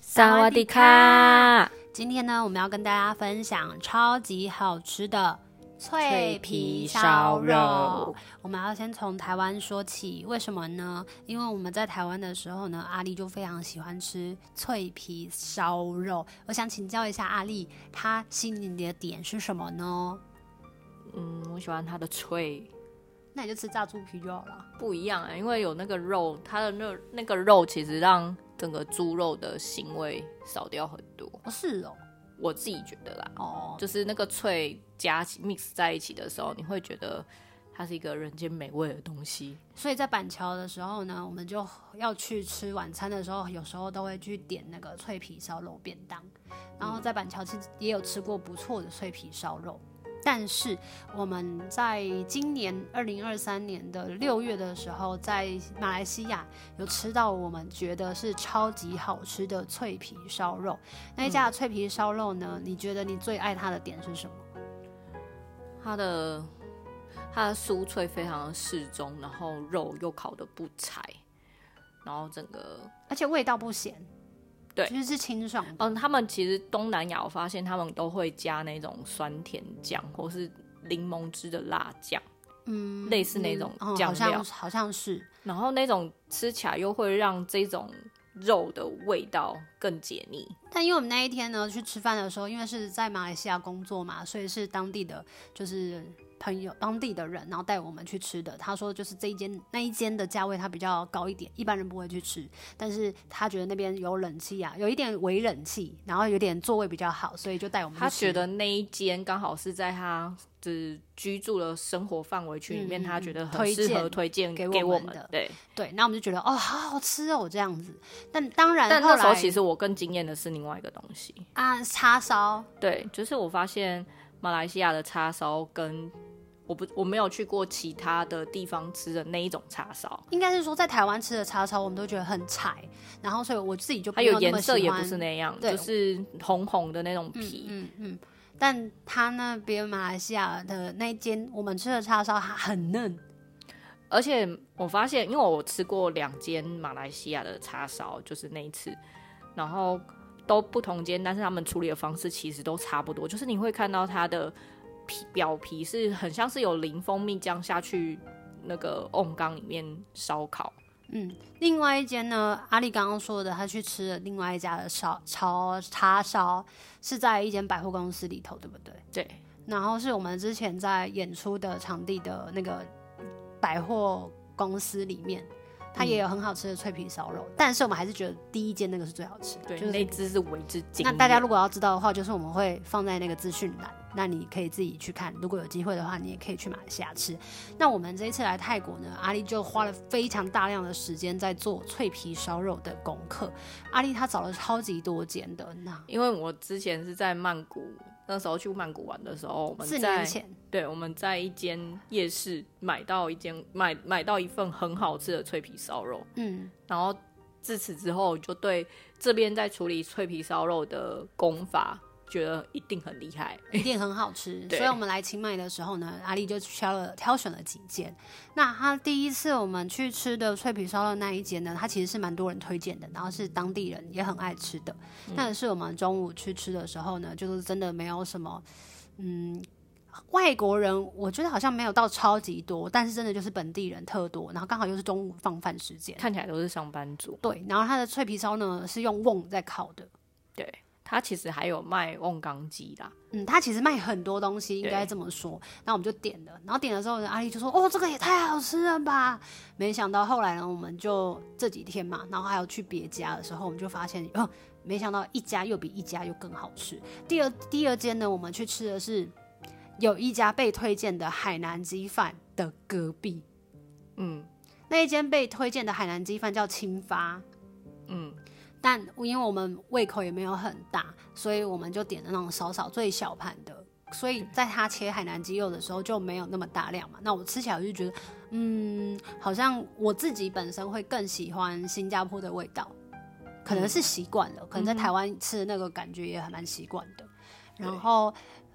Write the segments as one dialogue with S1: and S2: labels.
S1: 萨瓦迪卡！
S2: 今天呢，我们要跟大家分享超级好吃的脆皮烧肉。我们要先从台湾说起，为什么呢？因为我们在台湾的时候呢，阿丽就非常喜欢吃脆皮烧肉。我想请教一下阿丽，她吸引你的点是什么呢？
S1: 嗯，我喜欢它的脆，
S2: 那你就吃炸猪皮就好了。
S1: 不一样、欸，因为有那个肉，它的那那个肉其实让整个猪肉的腥味少掉很多。
S2: 不是哦，
S1: 我自己觉得啦，
S2: 哦，
S1: 就是那个脆加起 mix 在一起的时候，你会觉得它是一个人间美味的东西。
S2: 所以在板桥的时候呢，我们就要去吃晚餐的时候，有时候都会去点那个脆皮烧肉便当。然后在板桥其实也有吃过不错的脆皮烧肉，但是我们在今年二零二三年的六月的时候，在马来西亚有吃到我们觉得是超级好吃的脆皮烧肉。那一家的脆皮烧肉呢，你觉得你最爱它的点是什么？
S1: 它的它的酥脆非常的适中，然后肉又烤的不柴，然后整个
S2: 而且味道不咸，
S1: 对
S2: 其实是清爽的。
S1: 嗯，他们其实东南亚我发现他们都会加那种酸甜酱或是柠檬汁的辣酱，
S2: 嗯
S1: 类似那种
S2: 嗯
S1: 酱料
S2: 好像好像是，
S1: 然后那种吃起来又会让这种肉的味道更解腻。
S2: 但因为我们那一天呢去吃饭的时候，因为是在马来西亚工作嘛，所以是当地的就是朋友当地的人，然后带我们去吃的。他说就是这一间那一间的价位它比较高一点，一般人不会去吃，但是他觉得那边有冷气啊，有一点微冷气，然后有点座位比较好，所以就带我们去
S1: 他
S2: 吃。
S1: 觉得那一间刚好是在他就是居住的生活范围区里面，
S2: 嗯嗯
S1: 他觉得很
S2: 推荐
S1: 适合推荐
S2: 给
S1: 给
S2: 我
S1: 我
S2: 们的
S1: 对，
S2: 对，那我们就觉得哦，好好吃哦这样子。但当然
S1: 但
S2: 嗯后
S1: 那时候
S2: 来
S1: 其实我更惊艳的是另外一个东西，
S2: 啊，叉烧
S1: 对，就是我发现马来西亚的叉烧跟我不我没有去过其他的地方吃的那一种叉烧，
S2: 应该是说在台湾吃的叉烧，我们都觉得很柴，然后所以我自己就
S1: 它
S2: 没
S1: 有
S2: 那么
S1: 颜色
S2: 喜
S1: 也
S2: 欢
S1: 不是那样，
S2: 对
S1: 就是红红的那种皮，
S2: 嗯嗯，但他那边马来西亚的那一间我们吃的叉烧它很嫩，
S1: 而且我发现，因为我吃过两间马来西亚的叉烧，就是那一次，然后都不同间，但是他们处理的方式其实都差不多，就是你会看到它的皮表皮是很像是有淋蜂蜜酱下去那个瓮缸里面烧烤，
S2: 嗯，另外一间呢，阿丽刚刚说的，她去吃了另外一家的烧烧叉烧，是在一间百货公司里头，对不对？
S1: 对，
S2: 然后是我们之前在演出的场地的那个百货公司里面，它
S1: 嗯
S2: 也有很好吃的脆皮烧肉，但是我们还是觉得第一间那个是最好吃的，
S1: 对，
S2: 就是
S1: 那只是为之惊艳。
S2: 那大家如果要知道的话，就是我们会放在那个资讯栏，那你可以自己去看。如果有机会的话，你也可以去马来西亚吃。那我们这一次来泰国呢，阿丽就花了非常大量的时间在做脆皮烧肉的功课。阿丽她找了超级多间的，那
S1: 因为我之前是在曼谷，那时候去曼谷玩的时候，我们
S2: 四
S1: 在
S2: 年前，
S1: 对，我们在一间夜市买到一间买买到一份很好吃的脆皮烧肉，
S2: 嗯，
S1: 然后自此之后就对这边在处理脆皮烧肉的功法觉得一定很厉害。
S2: 一定很好吃。
S1: 对
S2: 所以我们来清迈的时候呢，阿丽就挑了挑选了几间。那她第一次我们去吃的脆皮烧肉那一间呢，它其实是蛮多人推荐的，然后是当地人也很爱吃的。
S1: 嗯
S2: 但是我们中午去吃的时候呢，就是真的没有什么，嗯。外国人我觉得好像没有到超级多，但是真的就是本地人特多，然后刚好又是中午放饭时间，
S1: 看起来都是上班族，
S2: 对，然后它的脆皮烧呢是用瓮在烤的，
S1: 对他其实还有卖瓮缸鸡啦，
S2: 嗯，他其实卖很多东西，应
S1: 对
S2: 该这么说。那我们就点了，然后点了之后呢，阿丽就说：“哦，这个也太好吃了吧！”没想到后来呢，我们就这几天嘛，然后还有去别家的时候，我们就发现，哦，没想到一家又比一家又更好吃。第二第二间呢，我们去吃的是有一家被推荐的海南鸡饭的隔壁，
S1: 嗯
S2: 那一间被推荐的海南鸡饭叫清发，
S1: 嗯，
S2: 但因为我们胃口也没有很大，所以我们就点了那种少少最小盘的。所以在他切海南鸡肉的时候就没有那么大量嘛。那我吃起来我就觉得，嗯，好像我自己本身会更喜欢新加坡的味道，可能是习惯了，可能在台湾吃的那个感觉也还蛮习惯的。
S1: 嗯对
S2: 然后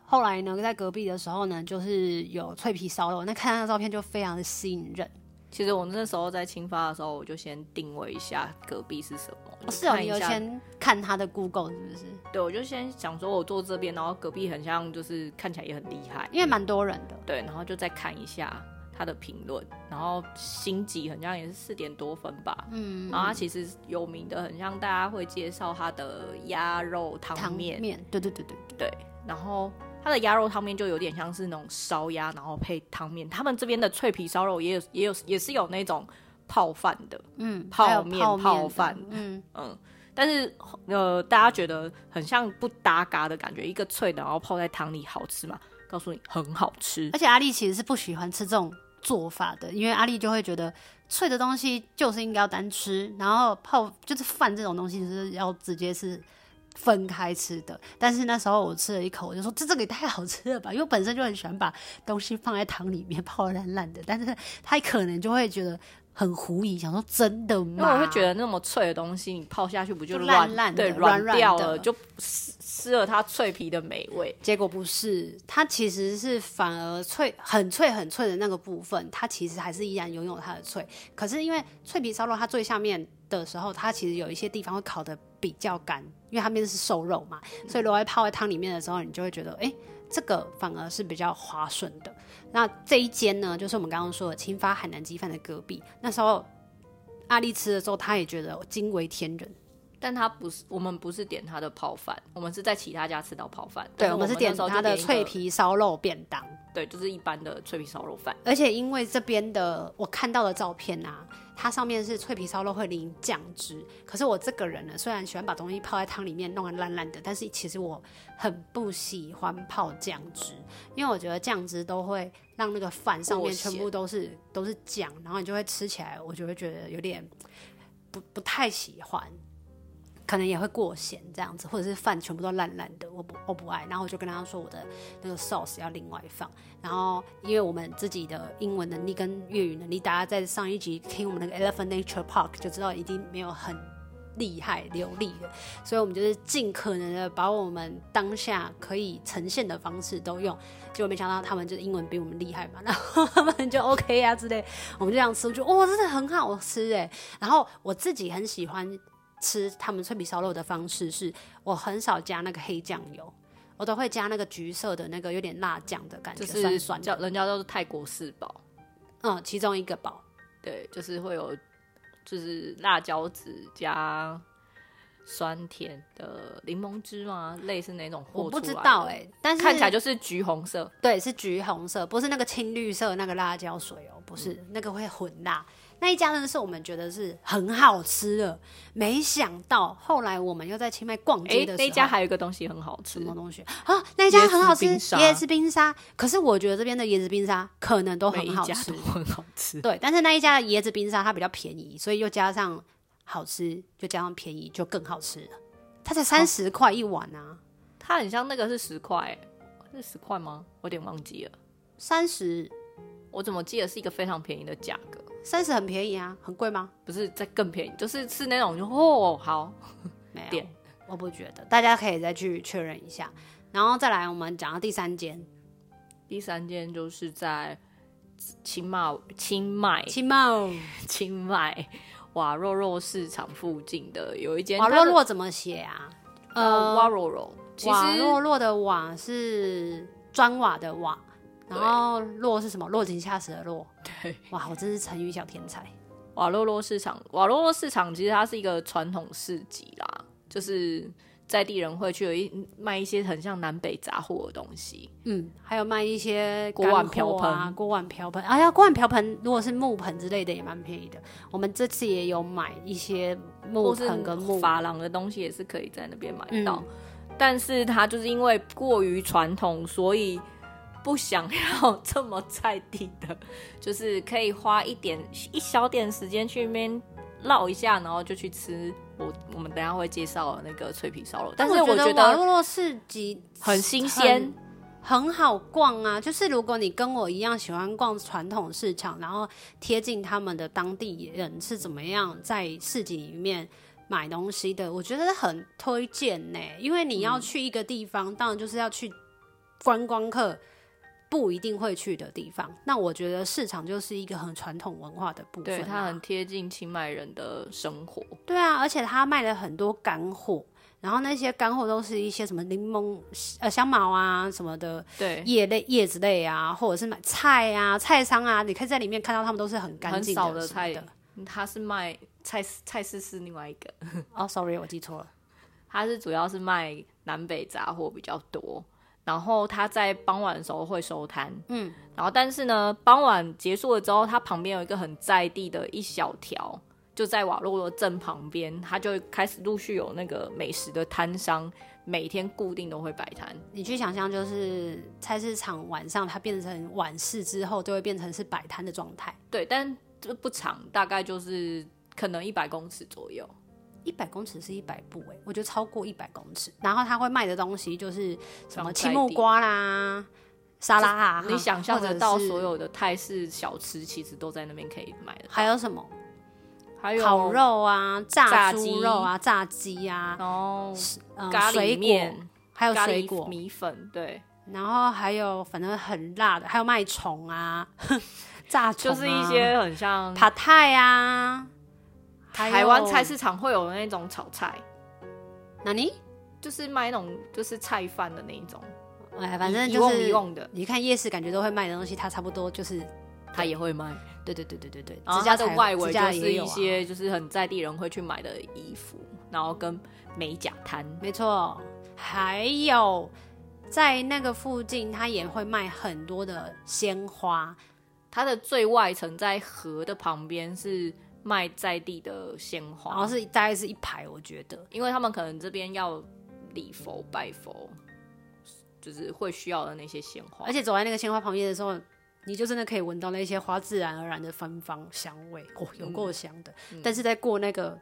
S2: 后来呢，在隔壁的时候呢，就是有脆皮烧肉，那看他的照片就非常的吸引人。
S1: 其实我那时候在清发的时候，我就先定位一下隔壁是什么，我就
S2: 哦
S1: 是
S2: 哦，
S1: 看
S2: 你
S1: 一
S2: 有
S1: 下。
S2: 先看他的 Google 是不是？
S1: 对，我就先想说，我坐这边，然后隔壁很像就是看起来也很厉害，
S2: 因为蛮多人的，
S1: 对，然后就再看一下他的评论，然后星级很像也是四点多分吧。
S2: 嗯，
S1: 然后他其实有名的很像大家会介绍他的鸭肉汤
S2: 汤
S1: 面，
S2: 面，对对对对对，
S1: 对，然后它的鸭肉汤面就有点像是那种烧鸭，然后配汤面。他们这边的脆皮烧肉也有也有也是有那种泡饭的，
S2: 嗯，
S1: 泡
S2: 还有
S1: 面
S2: 泡
S1: 泡
S2: 的
S1: 饭
S2: 嗯，
S1: 嗯，但是呃，大家觉得很像不搭嘎的感觉，一个脆的，然后泡在汤里，好吃吗？告诉你，很好吃。
S2: 而且阿丽其实是不喜欢吃这种做法的，因为阿丽就会觉得脆的东西就是应该要单吃，然后泡就是饭这种东西就是要直接是分开吃的。但是那时候我吃了一口，我就说这这个也太好吃了吧，因为我本身就很喜欢把东西放在汤里面 泡得烂烂的，但是他可能就会觉得很狐疑，想说真的
S1: 因为
S2: 吗？
S1: 我会觉得那么脆的东西，你泡下去不就
S2: 就
S1: 软
S2: 烂烂的
S1: 对
S2: 软软
S1: 掉
S2: 的
S1: 了，就失失了它脆皮的美味。
S2: 结果不是，它其实是反而脆，很脆很脆的那个部分，它其实还是依然拥有它的脆。可是因为脆皮烧肉，它最下面的时候，它其实有一些地方会烤的比较干，因为它面是瘦肉嘛，所以如果在泡在汤里面的时候，你就会觉得，哎，这个反而是比较滑顺的。那这一间呢，就是我们刚刚说的清发海南鸡饭的隔壁。那时候阿丽吃了之后，她也觉得惊为天人。
S1: 但它不是，我们不是点它的泡饭，我们是在其他家吃到泡饭。但
S2: 对，
S1: 是
S2: 我
S1: 我
S2: 们是点
S1: 那时候就
S2: 它的
S1: 一
S2: 脆
S1: 个
S2: 皮烧肉便当。
S1: 对，就是一般的脆皮烧肉饭。
S2: 而且因为这边的我看到的照片啊，它上面是脆皮烧肉会淋酱汁。可是我这个人呢，虽然喜欢把东西泡在汤里面弄得烂烂的，但是其实我很不喜欢泡酱汁，因为我觉得酱汁都会让那个饭上面
S1: 过咸
S2: 全部都是都是酱，然后你就会吃起来，我就会觉得有点不不太喜欢。可能也会过咸这样子，或者是饭全部都烂烂的，我不我不爱。然后我就跟他说我的那个 sauce 要另外放。然后因为我们自己的英文能力跟粤语能力，大家在上一集听我们那个 Elephant Nature Park 就知道一定没有很厉害流利的，所以我们就是尽可能的把我们当下可以呈现的方式都用。结果没想到他们就是英文比我们厉害嘛，然后他们就 OK 啊之类，我们就这样吃，我觉得哇、真的很好吃哎。然后我自己很喜欢。吃他们脆皮烧肉的方式是，我很少加那个黑酱油，我都会加那个橘色的那个有点辣酱的感觉，
S1: 就是
S2: 酸酸的
S1: 叫人家叫做泰国四宝，
S2: 嗯，其中一个宝，
S1: 对，就是会有就是辣椒籽加酸甜的柠檬汁吗？类似那种
S2: 我
S1: 和
S2: 不
S1: 出
S2: 知
S1: 来
S2: 道
S1: 的
S2: 哎、但是
S1: 看起来就是橘红色。
S2: 对，是橘红色，不是那个青绿色那个辣椒水哦，不是、
S1: 嗯
S2: 那个会混辣。那一家呢是我们觉得是很好吃的，没想到后来我们又在清迈逛
S1: 哎、
S2: 街的时候，
S1: 那一家还有一个东西很好吃
S2: 什，么东西啊？那一家很好吃，椰子冰沙。可是我觉得这边的椰子冰沙可能都
S1: 每
S2: 很
S1: 一
S2: 好
S1: 家
S2: 吃
S1: 都，很好吃。
S2: 对，但是那一家的椰子冰沙它比较便宜，所以又加上好吃，就加上便宜就更好吃了。它才
S1: 哦
S2: 三十块一碗啊。
S1: 它很像那个是十块、是十块吗？我有点忘记了，
S2: 三十，
S1: 我怎么记得是一个非常便宜的价格。
S2: 三十很便宜啊，很贵吗？
S1: 不是再更便宜，就是是那种就哦好，
S2: 没有
S1: 点，
S2: 我不觉得，大家可以再去确认一下。然后再来，我们讲到第三间
S1: 第三间就是在清迈清迈
S2: 青茂
S1: 清迈瓦若若市场附近的有一间
S2: 瓦
S1: 它
S2: 洛
S1: 的
S2: 洛怎么写啊？
S1: 呃瓦若若，其
S2: 瓦
S1: 实
S2: 洛洛的瓦是砖瓦的瓦，然后洛是什么？落井下石的落。
S1: 对，
S2: 哇，我真是成语小天才。
S1: 瓦洛洛市场，瓦洛洛市场其实它是一个传统市集啦，就是在地人会去有一卖一些很像南北杂货的东西，
S2: 嗯，还有卖一些
S1: 锅碗
S2: 干货
S1: 瓢
S2: 啊
S1: 盆
S2: 锅碗瓢盆。哎呀，锅碗瓢盆如果是木盆之类的也蛮便宜的。我们这次也有买一些木
S1: 或是
S2: 盆跟木
S1: 珐琅的东西也是可以在那边买到，但是它就是因为过于传统，所以不想要这么在地的，就是可以花一点一小点时间去那边绕一下，然后就去吃。我我们等一下会介绍的那个脆皮烧肉，但是
S2: 我
S1: 我
S2: 觉
S1: 觉
S2: 瓦
S1: 得
S2: 洛洛市集
S1: 很新鲜，
S2: 很好逛啊。就是如果你跟我一样喜欢逛传统市场，然后贴近他们的当地人是怎么样在市集里面。买东西的，我觉得很推荐呢、因为你要去一个地方，当然就是要去观光客不一定会去的地方。那我觉得市场就是一个很传统文化的部分、
S1: 对，
S2: 啊，
S1: 它很贴近清迈人的生活。
S2: 对啊，而且他卖了很多干货，然后那些干货都是一些什么柠檬呃香茅啊什么的
S1: 对，
S2: 叶类叶子类啊，或者是买菜啊菜商啊，你可以在里面看到他们都是很干
S1: 很
S2: 净
S1: 少的
S2: 的什么
S1: 菜嗯
S2: 的。
S1: 它是卖菜市菜市是另外一个，
S2: 哦，sorry，我记错了。
S1: 它是主要是卖南北杂货比较多。然后它在傍晚的时候会收摊，嗯，然后但是呢，傍晚结束了之后，它旁边有一个很在地的一小条，就在瓦洛洛镇旁边，它就开始陆续有那个美食的摊商，每天固定都会摆摊，
S2: 你去想象，就是菜市场晚上它变成晚市之后，就会变成是摆摊的状态，
S1: 对，但这不长，大概就是可能一百公尺左右。
S2: 一百公尺是一百步哎、我觉得超过一百公尺。然后他会卖的东西就是什么
S1: 长
S2: 青
S1: 在
S2: 木
S1: 地
S2: 瓜啦、沙拉啊，
S1: 你想象
S2: 或者
S1: 得到
S2: 是
S1: 所有的泰式小吃，其实都在那边可以买的，
S2: 还有什么
S1: 还有
S2: 烤，肉啊、炸
S1: 炸
S2: 猪
S1: 鸡
S2: 肉啊、炸鸡啊、
S1: 然后
S2: 嗯、
S1: 咖
S2: 水
S1: 喱
S2: 果
S1: 面、
S2: 还有
S1: 咖
S2: 水
S1: 喱
S2: 果，
S1: 米粉，对，
S2: 然后还有反正很辣的，还有卖虫啊、 炸虫、
S1: 就
S2: 啊，
S1: 是一些很像
S2: 塔泰啊，还有
S1: 台湾菜。市场会有那种炒菜，
S2: 那你
S1: 就是卖那种就是菜饭的那一种，
S2: 哎，反正
S1: 一
S2: 就
S1: 瓮一
S2: 是
S1: 瓮的，
S2: 你看夜市，感觉都会卖的东西，它差不多就是
S1: 他也会卖。
S2: 对对对对对对，
S1: 然
S2: 自
S1: 后它
S2: 家
S1: 的
S2: 才
S1: 外围
S2: 自
S1: 就
S2: 家
S1: 是
S2: 也有
S1: 一
S2: 啊
S1: 些就是很在地人会去买的衣服，然后跟美甲摊，
S2: 没错，还有在那个附近，它也会卖很多的鲜花，
S1: 它的最外层在河的旁边是卖在地的鲜
S2: 然
S1: 花
S2: 后，是大概是一排，我觉得。
S1: 因为他们可能这边要礼佛拜佛，就是会需要的那些鲜花。
S2: 而且走在那个鲜花旁边的时候，你就真的可以闻到那些花自然而然的芬芳香味，哦，有
S1: 嗯
S2: 够香的。但是在过那个，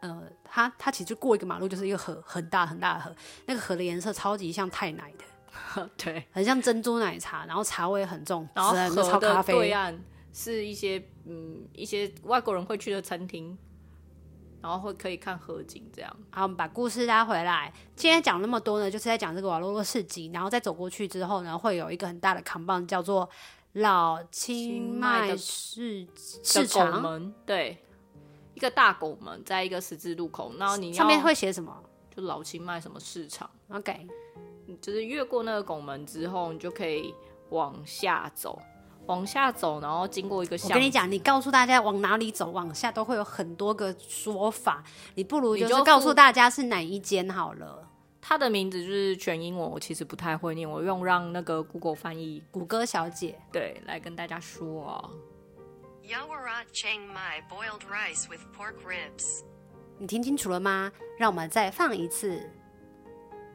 S2: 呃，它它其实过一个马路就是一个河，很大很大的河，那个河的颜色超级像太奶的，
S1: 对，
S2: 很像珍珠奶茶，然后茶味很重，
S1: 然后
S2: 整个
S1: 河
S2: 啊超咖
S1: 的对
S2: 啡。
S1: 岸是一些嗯一些外国人会去的餐厅，然后会可以看河景这样。
S2: 好，我们把故事拉回来。今天讲那么多呢，就是在讲这个瓦洛洛市集，然后再走过去之后呢，会有一个很大的扛棒，叫做老清
S1: 清迈
S2: 迈
S1: 的
S2: 市
S1: 一
S2: 市
S1: 个狗
S2: 场，
S1: 门对，一个大狗门在一个十字路口，然后你要
S2: 上面会写什么
S1: 就老清迈什么市场。
S2: ？OK，
S1: 就是越过那个拱门之后，你就可以往下走，往下走，然后经过一个巷
S2: 我
S1: 子。
S2: 跟你讲，你告诉大家往哪里走，往下都会有很多个说法，你不如
S1: 你
S2: 就
S1: 就是附
S2: 告诉大家是哪一间好了。
S1: 它的名字就是全英文，我其实不太会念，我用让那个 Google 翻译
S2: 谷歌小姐，
S1: 对来跟大家说啊、
S3: Yawarat Chiang Mai boiled rice with pork ribs.
S2: 你听清楚了吗？让我们再放一次。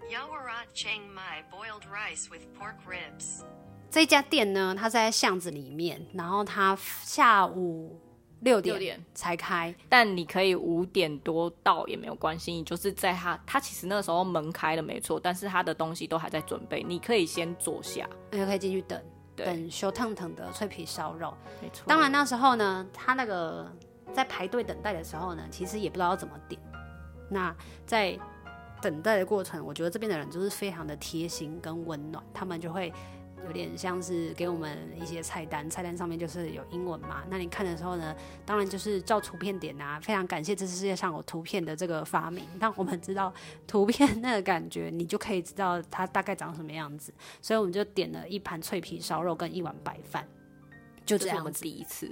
S3: Yawarat Chiang Mai boiled rice with pork ribs.
S2: 这家店呢，它在巷子里面，然后它下午六
S1: 六点
S2: 点才开，
S1: 但你可以五点多到也没有关系，你就是在它它其实那时候门开了没错，但是它的东西都还在准备，你可以先坐下，
S2: 那就可以进去等
S1: 对
S2: 等修腾腾的脆皮烧肉。
S1: 没错。
S2: 当然那时候呢，他那个在排队等待的时候呢，其实也不知道要怎么点。那在等待的过程，我觉得这边的人就是非常的贴心跟温暖，他们就会有点像是给我们一些菜单，菜单上面就是有英文嘛。那你看的时候呢，当然就是照图片点啊。非常感谢这世界上有图片的这个发明，让我们知道图片那个感觉，你就可以知道它大概长什么样子。所以我们就点了一盘脆皮烧肉跟一碗白饭，就
S1: 这是
S2: 这
S1: 我
S2: 样
S1: 们
S2: 子。
S1: 第一次，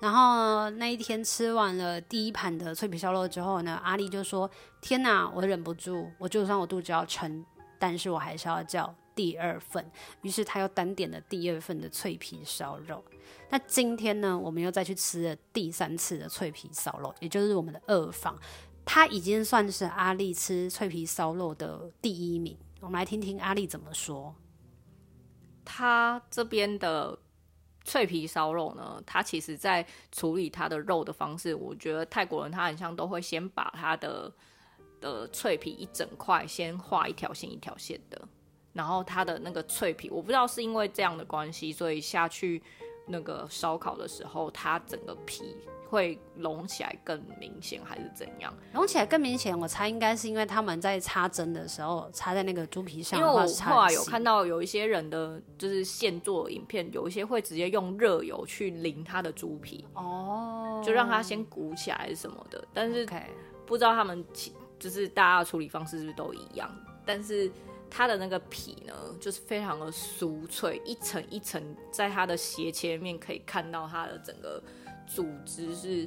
S2: 然后呢那一天吃完了第一盘的脆皮烧肉之后呢，阿丽就说：“天哪，我忍不住，我就算我肚子要撑，但是我还是要叫第二份。”于是她又单点了第二份的脆皮烧肉。那今天呢，我们又再去吃了第三次的脆皮烧肉，也就是我们的二房，它已经算是阿丽吃脆皮烧肉的第一名。我们来听听阿丽怎么说。
S1: 它这边的脆皮烧肉呢，它其实在处理它的肉的方式，我觉得泰国人他很像都会先把它的的脆皮一整块先画一条线一条线的，然后它的那个脆皮，我不知道是因为这样的关系，所以下去那个烧烤的时候，它整个皮会隆起来更明显，还是怎样？
S2: 融起来更明显，我猜应该是因为他们在插针的时候插在那个猪皮上
S1: 因为
S2: 的话
S1: 我
S2: 是插很细，
S1: 后来有看到有一些人的就是现做影片，有一些会直接用热油去淋它的猪皮，
S2: 哦，
S1: 就让它先鼓起来什么的。但是
S2: OK
S1: 不知道他们其就是大家的处理方式是不是都一样，但是它的那个皮呢，就是非常的酥脆，一层一层在它的斜切面可以看到它的整个组织是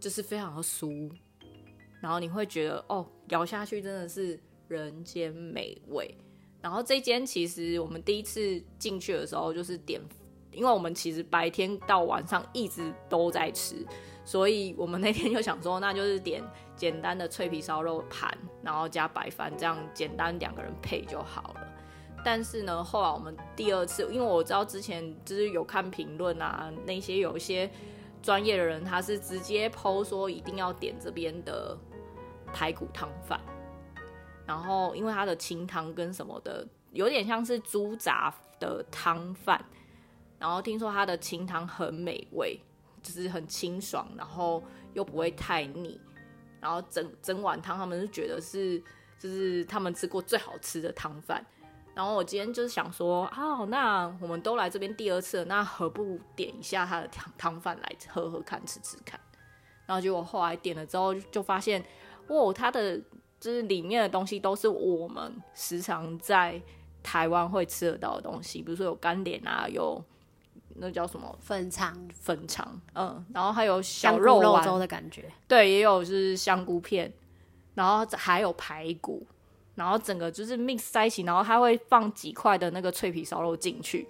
S1: 就是非常的酥，然后你会觉得哦，咬下去真的是人间美味。然后这间其实我们第一次进去的时候就是点，因为我们其实白天到晚上一直都在吃，所以我们那天就想说，那就是点简单的脆皮烧肉盘，然后加白饭，这样简单两个人配就好了。但是呢，后来我们第二次，因为我知道之前就是有看评论啊，那些有一些专业的人，他是直接剖说一定要点这边的排骨汤饭，然后因为它的清汤跟什么的，有点像是猪杂的汤饭，然后听说它的清汤很美味，就是很清爽，然后又不会太腻，然后整整碗汤他们是觉得是就是他们吃过最好吃的汤饭。然后我今天就是想说，哦，那我们都来这边第二次了，那何不点一下他的汤汤饭来喝喝看、吃吃看？然后结果后来点了之后，就发现，哇，它的就是里面的东西都是我们时常在台湾会吃得到的东西，比如说有干莲啊，有那叫什么
S2: 粉肠
S1: 粉肠，嗯，然后还有
S2: 香
S1: 小
S2: 菇
S1: 肉
S2: 肉
S1: 丸，
S2: 粥的感觉，
S1: 对，也有就是香菇片，然后还有排骨，然后整个就是 mix 在一起，然后它会放几块的那个脆皮烧肉进去，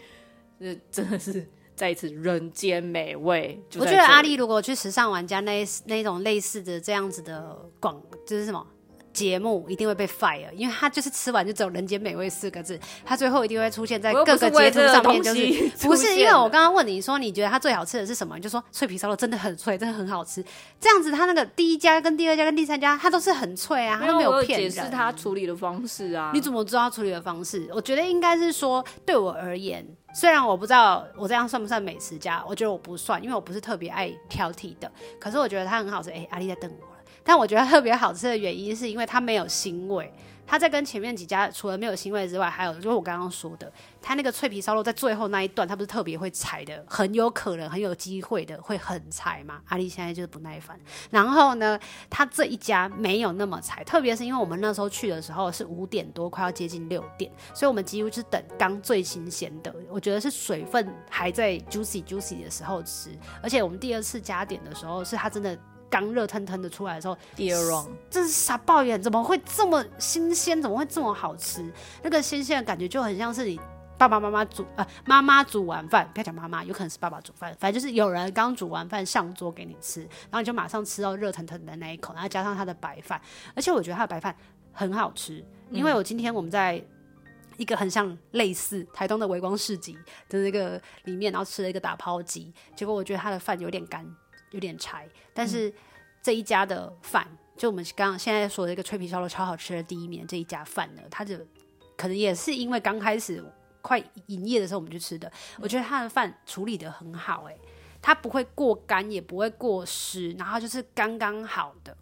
S1: 这真的是再一次人间美味。就
S2: 我
S1: 在
S2: 觉得
S1: 这
S2: 阿
S1: 里
S2: 丽如果去时尚玩家那一那一种类似的这样子的广，就是什么节目，一定会被 fire，因为他就是吃完就只有“人间美味”四个字，他最后一定会出现在
S1: 我又不
S2: 各
S1: 是
S2: 个
S1: 为
S2: 截
S1: 这
S2: 图
S1: 个
S2: 上
S1: 东
S2: 面，就是
S1: 西出现的，
S2: 不是因为我刚刚问你说你觉得它最好吃的是什么，你就说脆皮烧肉真的很脆，真的很好吃。这样子，它那个第一家跟第二家跟第三家，它都是很脆啊，它
S1: 因
S2: 都
S1: 为
S2: 没
S1: 我有
S2: 骗
S1: 解
S2: 人。
S1: 释他处理的方式啊，
S2: 你怎么知道处理的方式？我觉得应该是说，对我而言，虽然我不知道我这样算不算美食家，我觉得我不算，因为我不是特别爱挑剔的。可是我觉得它很好吃，哎、阿丽在瞪我了。但我觉得特别好吃的原因是因为它没有腥味，它在跟前面几家除了没有腥味之外，还有就是我刚刚说的，它那个脆皮烧肉在最后那一段，它不是特别会踩的，很有可能很有机会的会很踩嘛。阿丽现在就是不耐烦。然后呢，它这一家没有那么踩，特别是因为我们那时候去的时候是五点多，快要接近六点，所以我们几乎是等刚最新鲜的，我觉得是水分还在 juicy juicy 的时候吃，而且我们第二次加点的时候是它真的。刚热腾腾的出来的时候，
S1: 第二 round
S2: 真是傻爆眼，怎么会这么新鲜？怎么会这么好吃？那个新鲜的感觉就很像是你爸爸妈妈煮呃妈妈煮完饭，不要讲妈妈，有可能是爸爸煮饭，反正就是有人刚煮完饭上桌给你吃，然后你就马上吃到热腾腾的那一口，然后加上它的白饭，而且我觉得它的白饭很好吃，因为我今天我们在。一个很像类似台东的微光市集的那个里面，然后吃了一个打抛鸡，结果我觉得它的饭有点干，有点柴，但是这一家的饭，就我们刚刚现在说的这个脆皮烧肉超好吃的第一名这一家饭呢，它的可能也是因为刚开始快营业的时候我们去吃的，我觉得它的饭处理的很好、欸，它不会过干，也不会过湿，然后它就是刚刚好的，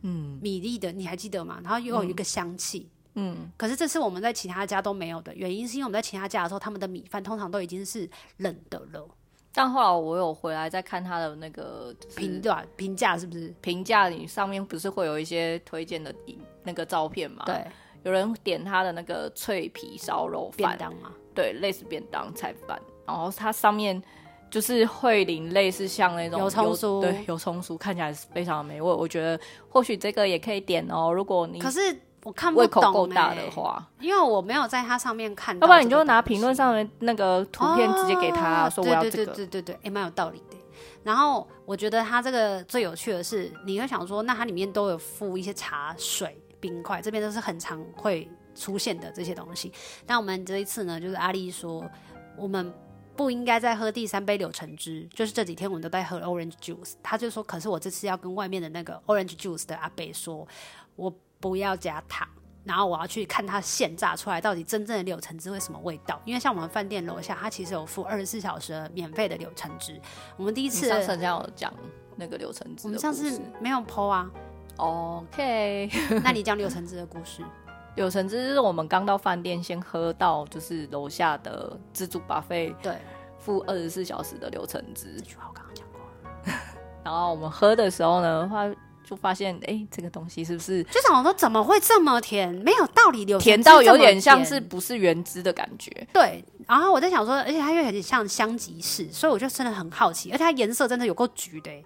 S2: 嗯，米粒的，你还记得吗？然后又有一个香气。嗯，可是这是我们在其他家都没有的，原因是因为我们在其他家的时候，他们的米饭通常都已经是冷的了，
S1: 但后来我有回来再看他的那个就是
S2: 评对吧？评价是不是？
S1: 评价，你上面不是会有一些推荐的影那个照片嘛？，
S2: 对，
S1: 有人点他的那个脆皮烧肉
S2: 便
S1: 饭，
S2: 当嘛，
S1: 对，类似便当菜饭，然后它上面就是会淋类似像那种
S2: 油葱酥
S1: 对，油葱酥看起来是非常美味。我觉得或许这个也可以点哦，如果你
S2: 可是我看不
S1: 胃口
S2: 懂、欸、
S1: 够大的话，
S2: 因为我没有在它上面看
S1: 要
S2: 到这个东西，
S1: 不然你就拿评论上的那个图片直接给他、
S2: 哦
S1: 说我要
S2: 对
S1: 这
S2: 对
S1: 个。
S2: 对对对对，哎、蛮有道理的。然后我觉得它这个最有趣的是，你会想说，那它里面都有附一些茶水、冰块，这边都是很常会出现的这些东西。那我们这一次呢，就是阿丽说，我们不应该再喝第三杯柳橙汁，就是这几天我们都在喝 orange juice。他就说，可是我这次要跟外面的那个 orange juice 的阿贝说，我不要加糖。然后我要去看它现榨出来到底真正的柳橙汁会什么味道。因为像我们饭店楼下，它其实有附二十四小时的免费的柳橙汁。我们第一次
S1: 你，上次好像有讲那个柳橙汁的故事，
S2: 我们上次没有剖啊。
S1: OK，
S2: 那你讲柳橙汁的故事。
S1: 柳橙汁是我们刚到饭店先喝到，就是楼下的自助 buffet
S2: 对，
S1: 付二十四小时的柳橙汁
S2: 这，句话我刚刚讲过了，
S1: 然后我们喝的时候呢，发就发现哎、诶这个东西是不是
S2: 就想说怎么会这么甜？没有道理，柳橙汁
S1: 甜到
S2: 这
S1: 有
S2: 么
S1: 点像
S2: 甜
S1: 是不是原汁的感觉？
S2: 对，然后我在想说，而且它又有点像香吉士，所以我就真的很好奇，而且它颜色真的有够橘的欸，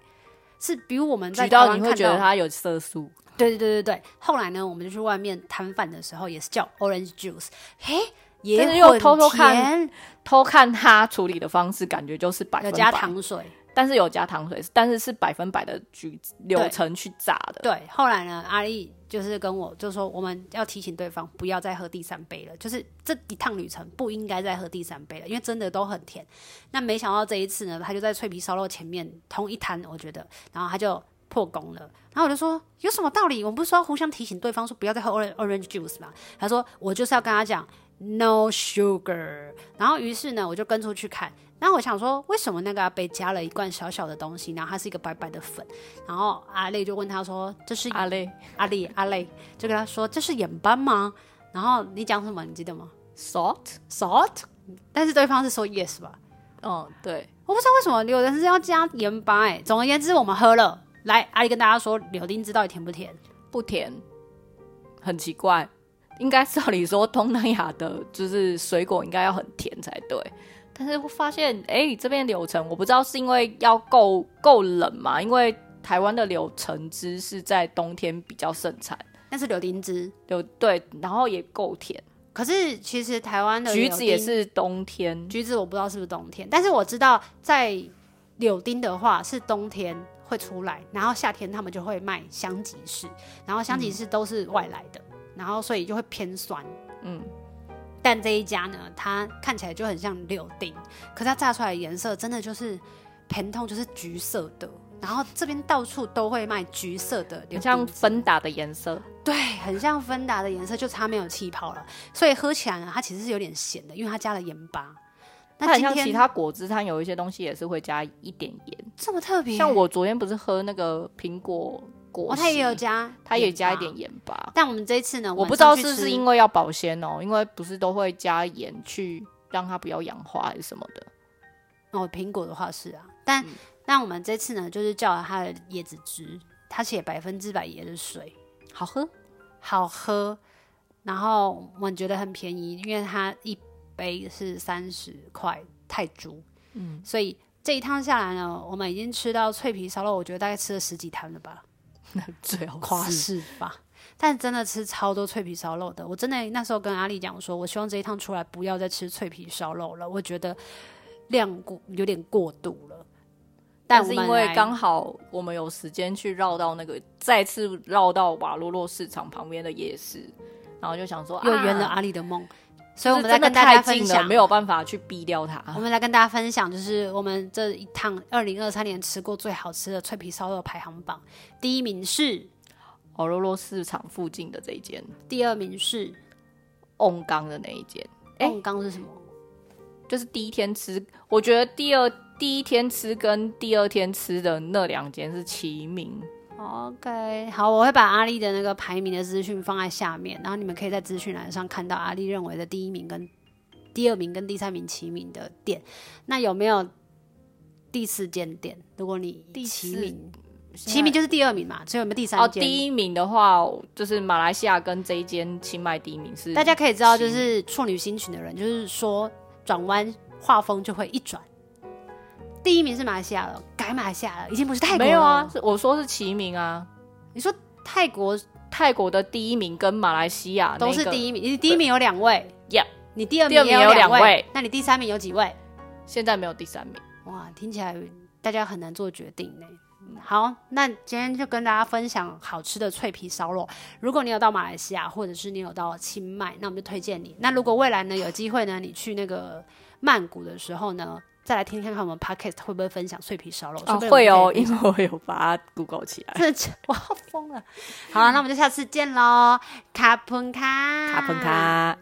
S2: 是比我们在
S1: 橘
S2: 台
S1: 到
S2: 湾
S1: 你
S2: 看
S1: 会觉得它有色素，
S2: 对对对对对。后来呢，我们就去外面摊贩的时候，也是叫 orange juice，嘿，也
S1: 但是又
S2: 很
S1: 偷偷看
S2: 甜，
S1: 偷看它处理的方式，感觉就是百
S2: 有
S1: 分百
S2: 加，糖水。
S1: 但是有加糖水，但是是百分百的橘子柳橙去榨的。
S2: 对，后来呢，阿丽就是跟我就说，我们要提醒对方不要再喝第三杯了，就是这一趟旅程不应该再喝第三杯了，因为真的都很甜。那没想到这一次呢，他就在脆皮烧肉前面同一摊，我觉得，然后他就破功了。然后我就说，有什么道理？我们不是说要互相提醒对方说不要再喝 orange orange juice 吗？他说，我就是要跟他讲 no sugar。然后于是呢，我就跟出去看。然后我想说，为什么那个阿贝加了一罐小小的东西，然后它是一个白白的粉，然后阿累就问他说：“这是
S1: 阿嘞，
S2: 阿丽阿累，就跟他说这是眼斑吗？然后你讲什么？你记得吗
S1: salt，
S2: ？Salt，但是对方是说 yes 吧？
S1: 嗯，对，
S2: 我不知道为什么柳丁是要加盐巴哎、总而言之，我们喝了。来，阿丽跟大家说柳丁汁到底甜不甜？
S1: 不甜，很奇怪。应该照理说，东南亚的就是水果应该要很甜才对，但是我发现，哎、这边柳橙，我不知道是因为要够够冷嘛，因为台湾的柳橙汁是在冬天比较盛产，
S2: 那是柳丁汁，
S1: 柳对，然后也够甜，
S2: 可是其实台湾的
S1: 橘
S2: 柳
S1: 子
S2: 丁
S1: 也是冬天，
S2: 橘子，我不知道是不是冬天，但是我知道在柳丁的话是冬天会出来，然后夏天他们就会卖香吉士，然后香吉士都是外来的，然后所以就会偏酸。
S1: 嗯，
S2: 但这一家呢，它看起来就很像柳丁，可是它榨出来的颜色真的就是偏痛，就是橘色的。然后这边到处都会卖橘色的柳丁
S1: 很
S2: 汁，
S1: 像芬达的颜色，
S2: 对，很像芬达的颜色，就差没有气泡了。所以喝起来呢，它其实是有点咸的，因为它加了盐巴。
S1: 它
S2: 那
S1: 很
S2: 今
S1: 像
S2: 天
S1: 其他果汁，它有一些东西也是会加一点盐，
S2: 这么特别，
S1: 像我昨天不是喝那个苹果果
S2: 哦，
S1: 昔，
S2: 它也有加，
S1: 它也加一点。盐巴，
S2: 但我们这一次呢，
S1: 我不知道
S2: 晚上
S1: 是不
S2: 去吃
S1: 是因为要保鲜哦，因为不是都会加盐去让它不要氧化还是什么的。
S2: 哦苹果的话是啊，但
S1: 嗯
S2: 那、我们这次呢，就是叫了它的椰子汁，它写百分之百椰子水，
S1: 好喝，
S2: 好喝，然后我觉得很便宜，因为它一杯是三十块泰铢，嗯，所以这一趟下来呢，我们已经吃到脆皮烧肉，我觉得大概吃了十几摊了吧，
S1: 最好
S2: 夸饰吧。但真的吃超多脆皮烧肉的，我真的那时候跟阿丽讲说，我希望这一趟出来不要再吃脆皮烧肉了，我觉得量过有点过度了。
S1: 但
S2: 我
S1: 是
S2: 们
S1: 因为
S2: 来
S1: 刚好我们有时间去绕到那个，再次绕到瓦洛洛市场旁边的夜市，然后就想说
S2: 又圆了
S1: 啊，
S2: 阿丽的梦，
S1: 所
S2: 所以
S1: 以
S2: 我们在跟大
S1: 太
S2: 家分
S1: 近了，
S2: 享
S1: 没有办法去避掉它。
S2: 我们来跟大家分享，就是我们这一趟二零二三年吃过最好吃的脆皮烧肉排行榜，第一名是，
S1: 瓦洛洛市场附近的这一间，
S2: 第二名是，
S1: 瓮缸的那一间，哎
S2: 瓮缸是什么？
S1: 就是第一天吃，我觉得第二第一天吃跟第二天吃的那两间是齐名，
S2: OK，好，我会把阿丽的那个排名的资讯放在下面，然后你们可以在资讯栏上看到阿丽认为的第一名跟第二名跟第三名齐名的店。那有没有第四间店？如果你
S1: 第
S2: 齐
S1: 四
S2: 名，齐名就是第二名嘛，所以有没有第三
S1: 哦，
S2: 间？
S1: 第一名的话就是马来西亚跟这一间清迈第一名是
S2: 大家可以知道，就是处女心群的人，就是说转弯画风就会一转。第一名是马来西亚了，改马来西亚了，已经不是泰国了。
S1: 没有啊，，是我说是齐名啊，
S2: 你说泰国
S1: 泰国的第一名跟马来西亚、
S2: 都是
S1: 啊一，
S2: 第一名，你第一名有两位
S1: Yep
S2: 你第二
S1: 第二
S2: 也
S1: 名有
S2: 两
S1: 两位
S2: 那你第三名有几位？
S1: 现在没有第三名。
S2: 哇，听起来大家很难做决定呢。嗯好，那今天就跟大家分享好吃的脆皮烧肉。如果你有到马来西亚，或者是你有到清迈，那我们就推荐你。那如果未来呢有机会呢，你去那个曼谷的时候呢，再来听听看我们 podcast 会不会分享脆皮烧肉。
S1: 啊
S2: 说不，定
S1: 会
S2: 我
S1: 哦，
S2: 们可以
S1: 因为我有把它 Google 起来。
S2: 真的假，我要疯了。好了，那我们就下次见喽，卡punka，
S1: 卡彭。卡。